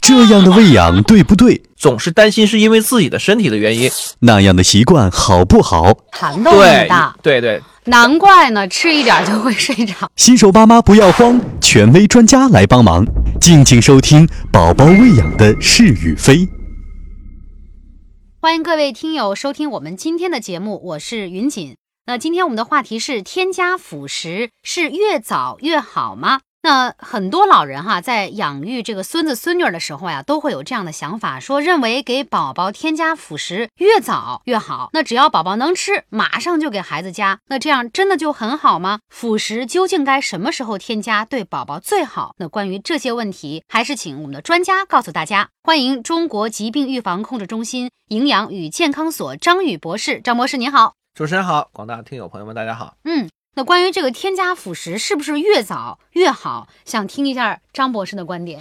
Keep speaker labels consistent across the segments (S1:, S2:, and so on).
S1: 这样的喂养对不对？
S2: 总是担心是因为自己的身体的原因。
S1: 那样的习惯好不好？
S3: 涵都很
S2: 对
S3: 大，，
S2: 对对，
S3: 难怪呢，吃一点就会睡着。
S1: 新手爸妈不要慌，权威专家来帮忙。敬请收听《宝宝喂养的是与非》。
S3: 欢迎各位听友收听我们今天的节目，我是云锦。那今天我们的话题是添加辅食是越早越好吗？那很多老人哈，在养育这个孙子孙女儿的时候呀，都会有这样的想法，说认为给宝宝添加辅食越早越好。那只要宝宝能吃，马上就给孩子加。那这样真的就很好吗？辅食究竟该什么时候添加对宝宝最好？那关于这些问题，还是请我们的专家告诉大家。欢迎中国疾病预防控制中心营养与健康所张宇博士，张博士您好。
S2: 主持人好，广大听友朋友们大家好。
S3: 嗯，那关于这个添加辅食是不是越早越好？想听一下张博士的观点。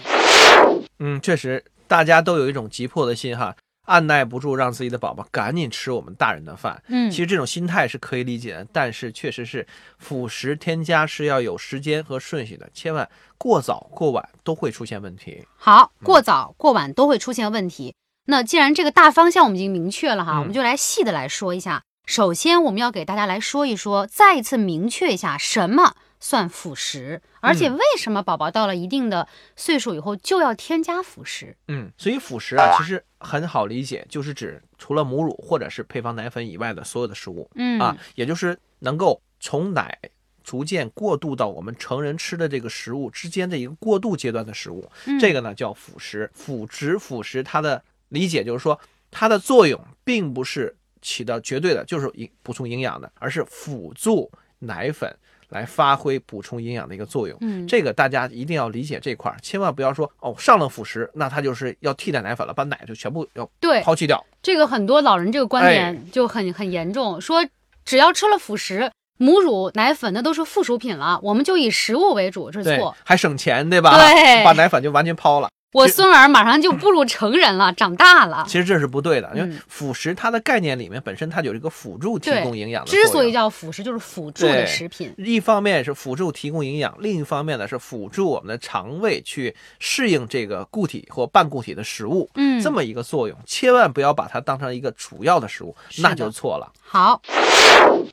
S2: 嗯，确实，大家都有一种急迫的心哈，按耐不住让自己的宝宝赶紧吃我们大人的饭。
S3: 嗯
S2: 其实这种心态是可以理解的，但是确实是辅食添加是要有时间和顺序的，千万过早过晚都会出现问题。
S3: 好，
S2: 嗯
S3: 过早过晚都会出现问题。那既然这个大方向我们已经明确了哈，
S2: 嗯
S3: 我们就来细的来说一下。首先，我们要给大家来说一说，再一次明确一下什么算辅食，而且
S2: 嗯
S3: 为什么宝宝到了一定的岁数以后就要添加辅食。
S2: 嗯，所以辅食啊，其实很好理解，就是指除了母乳或者是配方奶粉以外的所有的食物
S3: 嗯
S2: 啊，也就是能够从奶逐渐过渡到我们成人吃的这个食物之间的一个过渡阶段的食物。
S3: 嗯
S2: 这个呢叫辅食，辅食辅食，它的理解就是说它的作用并不是起到绝对的，就是营补充营养的，而是辅助奶粉来发挥补充营养的一个作用。
S3: 嗯
S2: 这个大家一定要理解这块儿，千万不要说哦上了辅食，那它就是要替代奶粉了，把奶就全部要
S3: 对
S2: 抛弃掉。
S3: 这个很多老人这个观
S2: 哎
S3: 点就很、很严重，说只要吃了辅食，母乳、奶粉那都是附属品了，我们就以食物为主，这是
S2: 对
S3: 错。，
S2: 还省钱对吧？
S3: 对
S2: 把奶粉就完全抛了。
S3: 我孙儿马上就步入成人了，长大了，
S2: 其实这是不对的，因为
S3: 嗯
S2: 辅食它的概念里面本身它有一个辅助提
S3: 对
S2: 供营养的作
S3: 之
S2: 用。
S3: 所以叫辅食，就是辅助的
S2: 对
S3: 食品。
S2: 一方面是辅助提供营养，另一方面呢是辅助我们的肠胃去适应这个固体或半固体的食物，
S3: 嗯
S2: 这么一个作用。千万不要把它当成一个主要的食物，
S3: 是的
S2: 那就错了。
S3: 好，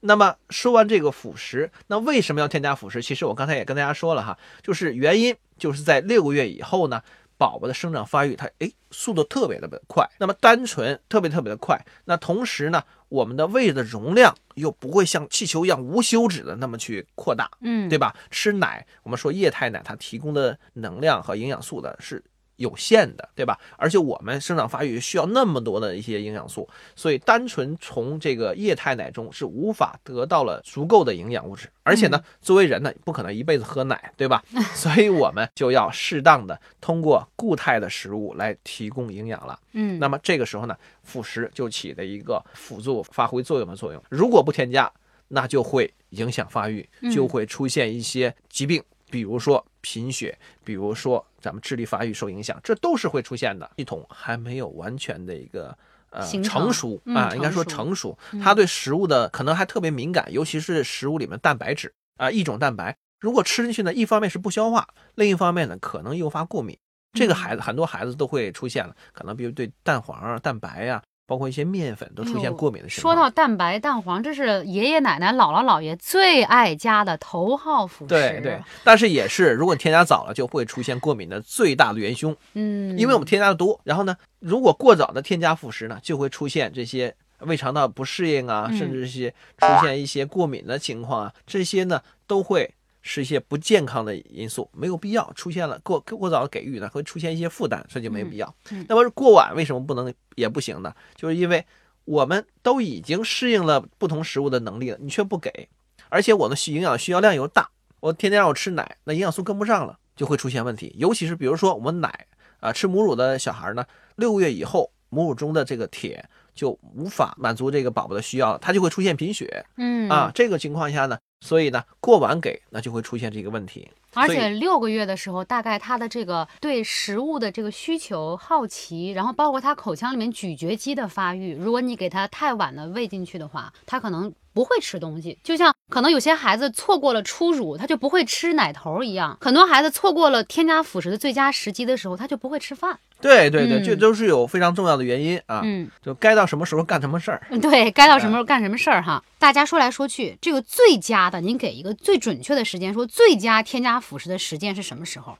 S2: 那么说完这个辅食，那为什么要添加辅食？其实我刚才也跟大家说了哈，就是原因就是在六个月以后呢，宝宝的生长发育它诶速度特别的快，那么单纯特别特别的快，那同时呢，我们的胃的容量又不会像气球一样无休止的那么去扩大，
S3: 嗯，
S2: 对吧？吃奶，我们说液态奶它提供的能量和营养素的是有限的，对吧？而且我们生长发育需要那么多的一些营养素，所以单纯从这个液态奶中是无法得到了足够的营养物质。而且呢，作为人呢，不可能一辈子喝奶，对吧？ 所以我们就要适当的通过固态的食物来提供营养了。
S3: 嗯，
S2: 那么这个时候呢，辅食就起的一个辅助发挥作用的作用。如果不添加，那就会影响发育
S3: 嗯，
S2: 就会出现一些疾病，比如说贫血，比如说咱们智力发育受影响，这都是会出现的。系统还没有完全的一个。呃，
S3: 形成
S2: 成熟
S3: 嗯
S2: 啊，应该说
S3: 成嗯
S2: 成熟，它对食物的可能还特别敏感，尤其是食物里面蛋白质啊，一种蛋白，如果吃进去呢，一方面是不消化，另一方面呢，可能诱发过敏。这
S3: 嗯
S2: 个孩子很多孩子都会出现了，可能比如对蛋黄啊、蛋白啊，包括一些面粉都出
S3: 哎
S2: 现
S3: 呦
S2: 过敏的情
S3: 说
S2: 况。
S3: 到蛋白蛋黄，这是爷爷奶奶、姥姥姥爷最爱加的头号辅食。
S2: 对对，，但是也是，如果你添加早了，就会出现过敏的最大的元凶，
S3: 嗯，
S2: 因为我们添加的多。然后呢，如果过早的添加辅食呢，就会出现这些胃肠道不适应啊，
S3: 嗯
S2: 甚至是出现一些过敏的情况啊，这些呢都会是一些不健康的因素，没有必要出现了过过早的给予呢，会出现一些负担，这就没必要。
S3: 嗯
S2: 那么过晚为什么不能也不行呢？就是因为我们都已经适应了不同食物的能力了，你却不给，而且我的需营养需要量又大，我天天让我吃奶，那营养素跟不上了，就会出现问题。尤其是比如说我们奶啊、吃母乳的小孩呢，六个月以后母乳中的这个铁就无法满足这个宝宝的需要了，他就会出现贫血
S3: 嗯
S2: 啊啊。这个情况下呢，所以呢过晚给那就会出现这个问题。
S3: 而
S2: 所以
S3: 且六个月的时候，大概他的这个对食物的这个需求、好奇，然后包括他口腔里面咀嚼肌的发育，如果你给他太晚的喂进去的话，他可能不会吃东西。就像可能有些孩子错过了初乳，他就不会吃奶头一样；很多孩子错过了添加辅食的最佳时机的时候，他就不会吃饭。
S2: 对对对，这
S3: 嗯
S2: 都是有非常重要的原因啊。
S3: 嗯，
S2: 就该到什么时候干什么事儿。
S3: 对，该到什么时候干什么事儿哈。大家说来说去，这个最佳的，您给一个最准确的时间，说最佳添加辅食的时间是什么时候？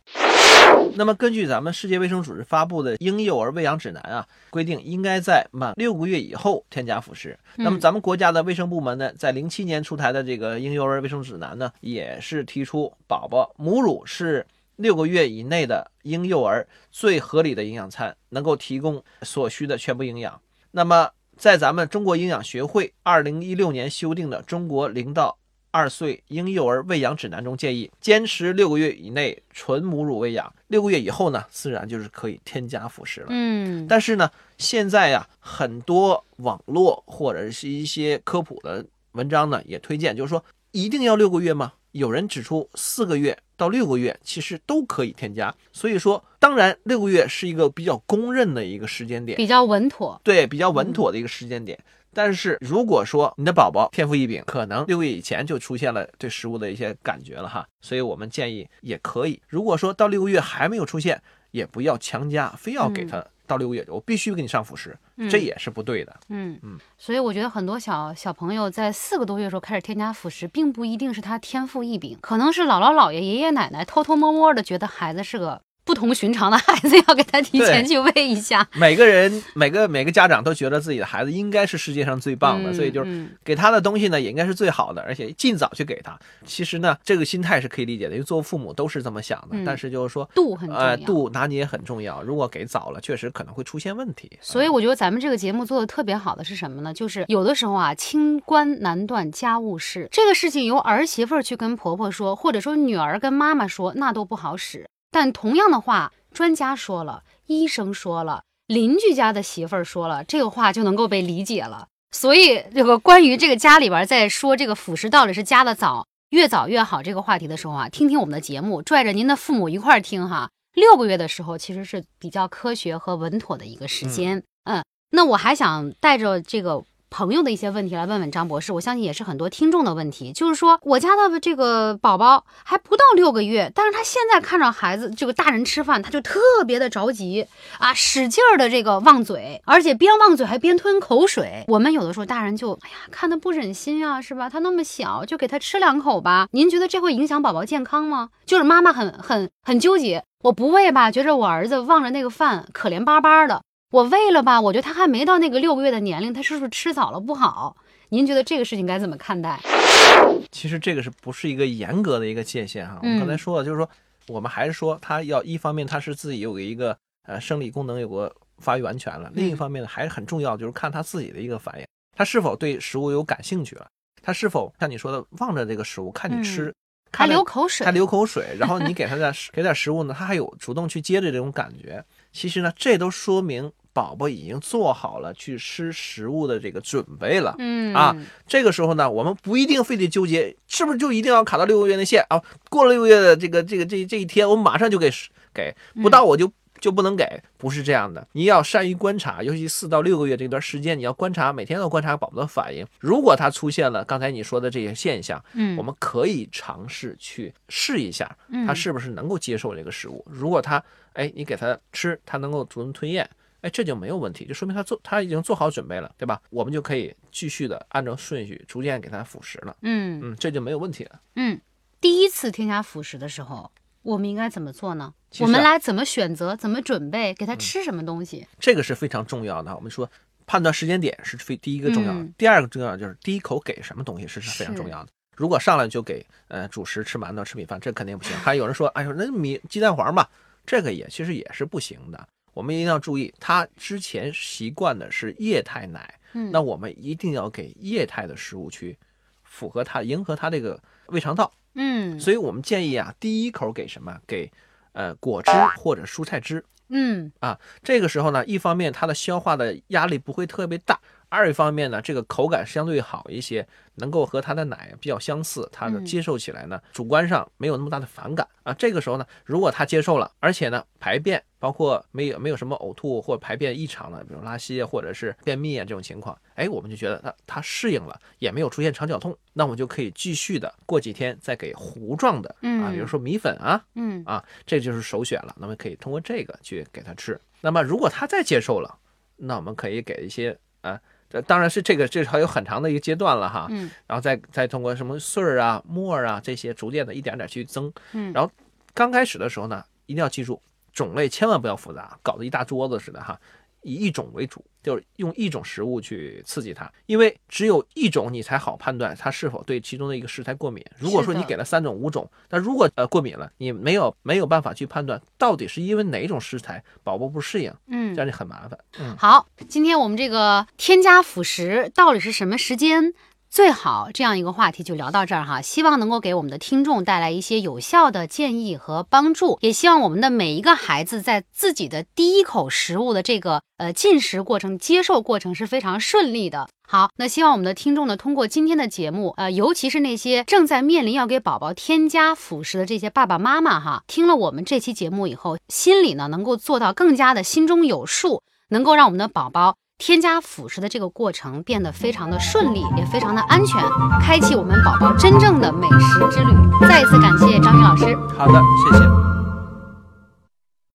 S2: 那么根据咱们世界卫生组织发布的婴幼儿喂养指南啊，规定应该在满六个月以后添加辅食。那么咱们国家的卫生部门呢，在零七年出台的这个婴幼儿卫生指南呢，也是提出宝宝母乳是六个月以内的婴幼儿最合理的营养餐，能够提供所需的全部营养。那么在咱们中国营养学会二零一六年修订的《中国零到二岁婴幼儿喂养指南》中建议，坚持六个月以内纯母乳喂养，六个月以后呢，自然就是可以添加辅食了。
S3: 嗯，
S2: 但是呢，现在呀、很多网络或者是一些科普的文章呢，也推荐，就是说一定要六个月吗？有人指出四个月到六个月其实都可以添加，所以说，当然六个月是一个比较公认的一个时间点，
S3: 比较稳妥。
S2: 对，比较稳
S3: 嗯
S2: 妥的一个时间点。但是如果说你的宝宝天赋异禀，可能六个月以前就出现了对食物的一些感觉了哈，所以我们建议也可以。如果说到六个月还没有出现，也不要强加，非要给
S3: 嗯
S2: 他到六个月我必须给你上辅食，这也是不对的。
S3: 嗯
S2: 嗯，
S3: 所以我觉得很多小小朋友在四个多月的时候开始添加辅食，并不一定是他天赋异禀，可能是姥姥姥爷、爷爷奶奶偷偷摸摸的觉得孩子是个不同寻常的孩子，要给他提前
S2: 对
S3: 去喂一下。
S2: 每个人每个每个家长都觉得自己的孩子应该是世界上最棒的，
S3: 嗯
S2: 所以就是
S3: 嗯
S2: 给他的东西呢也应该是最好的，而且尽早去给他。其实呢，这个心态是可以理解的，因为做父母都是这么想的。
S3: 嗯
S2: 但是就是说，
S3: 度很重要。
S2: 呃，度拿捏很重要，如果给早了，确实可能会出现问题。呃
S3: 所以我觉得咱们这个节目做的特别好的是什么呢？就是有的时候啊，清官难断家务事，这个事情由儿媳妇儿去跟婆婆说，或者说女儿跟妈妈说，那都不好使。但同样的话，专家说了，医生说了，邻居家的媳妇儿说了，这个话就能够被理解了。所以这个关于这个家里边儿在说这个辅食到底是加的早越早越好这个话题的时候啊，听听我们的节目，拽着您的父母一块儿听哈。六个月的时候其实是比较科学和稳妥的一个时间。嗯那我还想带着这个。朋友的一些问题来问问张博士，我相信也是很多听众的问题。就是说，我家的这个宝宝还不到六个月，但是他现在看着孩子这个大人吃饭，他就特别的着急啊，使劲儿的这个旺嘴，而且边旺嘴还边吞口水。我们有的时候大人就哎呀看的不忍心啊，是吧？他那么小，就给他吃两口吧。您觉得这会影响宝宝健康吗？就是妈妈很很很纠结，我不喂吧，觉着我儿子望着那个饭可怜巴巴的。我喂了吧，我觉得他还没到那个六个月的年龄，他是不是吃早了不好？您觉得这个事情该怎么看待？
S2: 其实这个是不是一个严格的一个界限哈？我们刚才
S3: 嗯
S2: 说了，就是说我们还是说他要一方面他是自己有一个呃生理功能有个发育完全了，
S3: 嗯
S2: 另一方面呢还是很重要，就是看他自己的一个反应，他是否对食物有感兴趣了，他是否像你说的望着这个食物看你吃，看
S3: 还
S2: 着
S3: 流口水
S2: 他，流口水，然后你给他点食 给点食物呢，他还有主动去接的这种感觉。其实呢，这都说明宝宝已经做好了去吃食物的这个准备了。
S3: 嗯
S2: 啊，这个时候呢，我们不一定非得纠结是不是就一定要卡到六个月那线啊。过了六个月的这个这个这这一天，我马上就给食给，不
S3: 嗯
S2: 到我就。就不能给，不是这样的。你要善于观察，尤其四到六个月这段时间，你要观察，每天都观察宝宝的反应。如果他出现了刚才你说的这些现象，
S3: 嗯，
S2: 我们可以尝试去试一下，他
S3: 嗯
S2: 是不是能够接受这个食物。如果他，哎，你给他吃，他能够主动吞咽，哎，这就没有问题，就说明他做他已经做好准备了，对吧？我们就可以继续的按照顺序逐渐给他辅食了，
S3: 嗯
S2: 嗯，这就没有问题了。
S3: 嗯，第一次添加辅食的时候，我们应该怎么做呢？
S2: 其实
S3: 我
S2: 啊嗯
S3: 们来怎么选择，怎么准备，给他吃什么东西？
S2: 这个是非常重要的。我们说判断时间点是非第一个重要的，
S3: 嗯
S2: 第二个重要的就是第一口给什么东西是是非常
S3: 是
S2: 重要的。如果上来就给呃主食吃馒头吃米饭，这肯定不行。还有人说，哎呦，那米鸡蛋黄吧，这个也其实也是不行的。我们一定要注意，他之前习惯的是液态奶，
S3: 嗯，
S2: 那我们一定要给液态的食物去符合他迎合他这个胃肠道。
S3: 嗯
S2: 所以我们建议啊，第一口给什么？给呃果汁或者蔬菜汁。
S3: 嗯
S2: 这个时候呢，一方面它的消化的压力不会特别大，二一方面呢，这个口感相对好一些，能够和它的奶比较相似，它的
S3: 嗯
S2: 接受起来呢，主观上没有那么大的反感啊。这个时候呢，如果它接受了，而且呢，排便包括没有没有什么呕吐或排便异常的，比如拉稀啊或者是便秘啊这种情况，哎，我们就觉得它它适应了，也没有出现肠绞痛，那我们就可以继续的过几天再给糊状的啊，比如
S3: 嗯
S2: 说米粉啊，
S3: 嗯
S2: 啊，这就是首选了。那么可以通过这个去给他吃。那么如果他再接受了，那我们可以给一些啊，这当然是这个至少有很长的一个阶段了哈。
S3: 嗯
S2: 然后再再通过什么穗儿啊、沫儿啊这些，逐渐的一点点去增。
S3: 嗯
S2: 然后刚开始的时候呢，一定要记住种类千万不要复杂，搞得一大桌子似的哈。以一种为主，就是用一种食物去刺激它，因为只有一种你才好判断它是否对其中的一个食材过敏。如果说
S3: 是的
S2: 你给了三种、五种，那如果呃过敏了，你没有没有办法去判断到底是因为哪种食材宝宝不适应，这
S3: 嗯。
S2: 样就很麻烦。嗯，
S3: 好，今天我们这个添加辅食到底是什么时间最好这样一个话题就聊到这儿哈，希望能够给我们的听众带来一些有效的建议和帮助，也希望我们的每一个孩子在自己的第一口食物的这个呃进食过程、接受过程是非常顺利的。好，那希望我们的听众呢，通过今天的节目，呃，尤其是那些正在面临要给宝宝添加辅食的这些爸爸妈妈哈，听了我们这期节目以后，心里呢能够做到更加的心中有数，能够让我们的宝宝添加辅食的这个过程变得非常的顺利，也非常的安全，开启我们宝宝真正的美食之旅。再一次感谢张宇老师。
S2: 好的，谢谢。